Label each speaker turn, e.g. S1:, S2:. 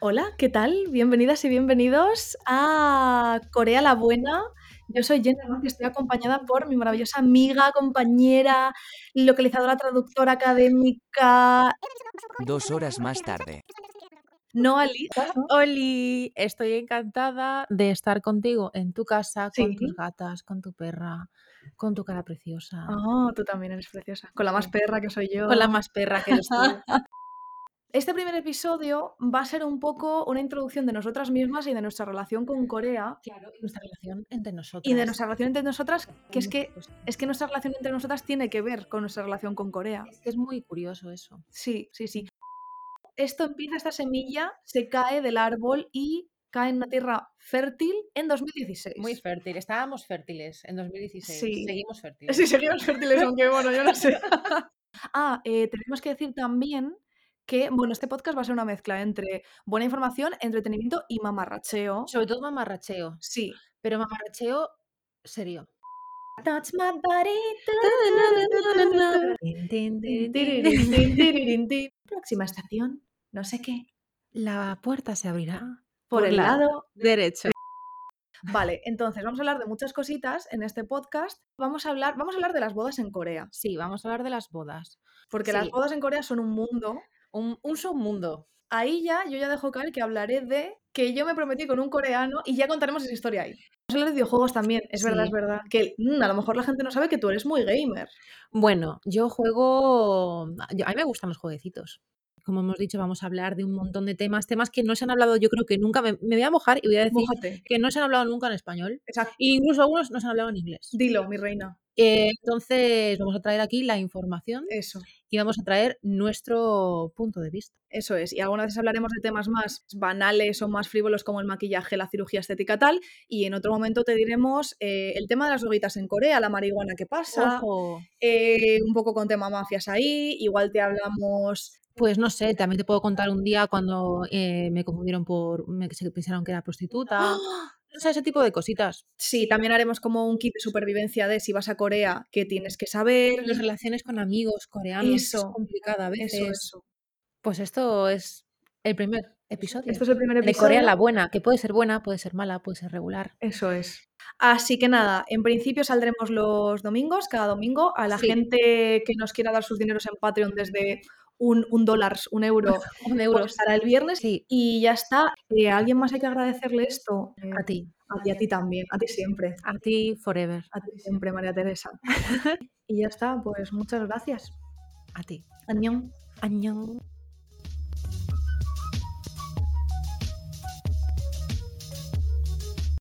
S1: Hola, ¿qué tal? Bienvenidas y bienvenidos a Corea la Buena. Yo soy Jenna Ruth y estoy acompañada por mi maravillosa amiga, compañera, localizadora, traductora académica,
S2: Dos horas más tarde.
S1: Noa Lee. ¿Estás, no?
S3: Oli, estoy encantada de estar contigo en tu casa, con tus
S1: Sí.
S3: gatas, con tu perra, con tu cara preciosa,
S1: Oh, tú también eres preciosa. Con la más
S3: Sí.
S1: perra que soy yo.
S3: con la más perra que eres tú.
S1: Este primer episodio va a ser un poco una introducción de nosotras mismas y de nuestra relación con Corea
S3: Claro, y nuestra relación entre nosotras.
S1: y de nuestra relación entre nosotras, que es que
S3: Nosotros.
S1: es que nuestra relación entre nosotras tiene que ver con nuestra relación con Corea.
S3: Es que es muy curioso eso.
S1: Sí, sí, sí. Esto empieza, esta semilla se cae del árbol y cae en una tierra fértil en 2016.
S4: Muy fértil. Estábamos fértiles en 2016.
S1: Sí.
S4: Seguimos fértiles.
S1: Sí, seguimos fértiles, aunque bueno, yo no sé. ah, eh, tenemos que decir también que, bueno, este podcast va a ser una mezcla entre buena información, entretenimiento y mamarracheo.
S3: Sobre todo mamarracheo,
S1: Sí.
S3: pero mamarracheo serio.
S1: Touch my body. Ah. Próxima estación, no sé qué.
S3: La puerta se abrirá
S1: Por,
S3: Por
S1: el
S3: la-
S1: lado
S3: derecho.
S1: Vale, entonces vamos a hablar de muchas cositas en este podcast. Vamos a hablar, vamos a hablar de las bodas en Corea,
S3: Sí, vamos a hablar de las bodas.
S1: porque las
S3: Sí.
S1: bodas en Corea son un mundo.
S3: Un, un submundo.
S1: Ahí ya, yo ya dejo caer que hablaré de que yo me prometí con un coreano y ya contaremos esa historia ahí. Vamos a hablar de videojuegos también, es verdad,
S3: Sí.
S1: es verdad. Que mm, a lo mejor la gente no sabe que tú eres muy gamer.
S3: Bueno, yo juego. mm, yo- a mí me gustan los jueguecitos. Como hemos dicho, vamos a hablar de un montón de temas, temas que no se han hablado, yo creo que nunca. Me, me voy a mojar y voy a decir
S1: Mójate.
S3: que no se han hablado nunca en español.
S1: Exacto.
S3: E incluso algunos no se han hablado en inglés.
S1: Dilo, mi reina.
S3: Eh, entonces, vamos a traer aquí la información
S1: Eso,
S3: y vamos a traer nuestro punto de vista.
S1: eso es. Y algunas veces hablaremos de temas más banales o más frívolos como el maquillaje, la cirugía estética tal. Y en otro momento te diremos eh, el tema de las droguitas en Corea, la marihuana que pasa.
S3: Ojo.
S1: eh, un poco con tema mafias ahí, igual te hablamos...
S3: Pues no sé, también te puedo contar un día cuando eh, me confundieron por. Me, se pensaron que era prostituta.
S1: ¡Ah!
S3: No sé, ese tipo de cositas.
S1: Sí, también haremos como un kit de supervivencia de si vas a Corea, qué tienes que saber.
S3: Las relaciones con amigos coreanos es
S1: Eso,
S3: complicada a veces.
S1: Eso, eso.
S3: Pues esto es el primer episodio
S1: Esto Este es el primer
S3: de
S1: episodio.
S3: Corea la buena, que puede ser buena, puede ser mala, puede ser regular.
S1: Eso es. Así que nada, en principio saldremos los domingos, cada domingo. A la
S3: Sí.
S1: gente que nos quiera dar sus dineros en Patreon desde un, un dólar, un euro,
S3: Un
S1: para
S3: euro.
S1: el viernes.
S3: Sí,
S1: Y ya está. Eh, ¿A alguien más hay que agradecerle esto? Eh,
S3: a ti.
S1: a ti, a ti también, a ti siempre.
S3: A ti forever.
S1: A ti siempre, María Teresa. y ya está, pues muchas gracias.
S3: A ti.
S1: Annyeong.
S3: Añón.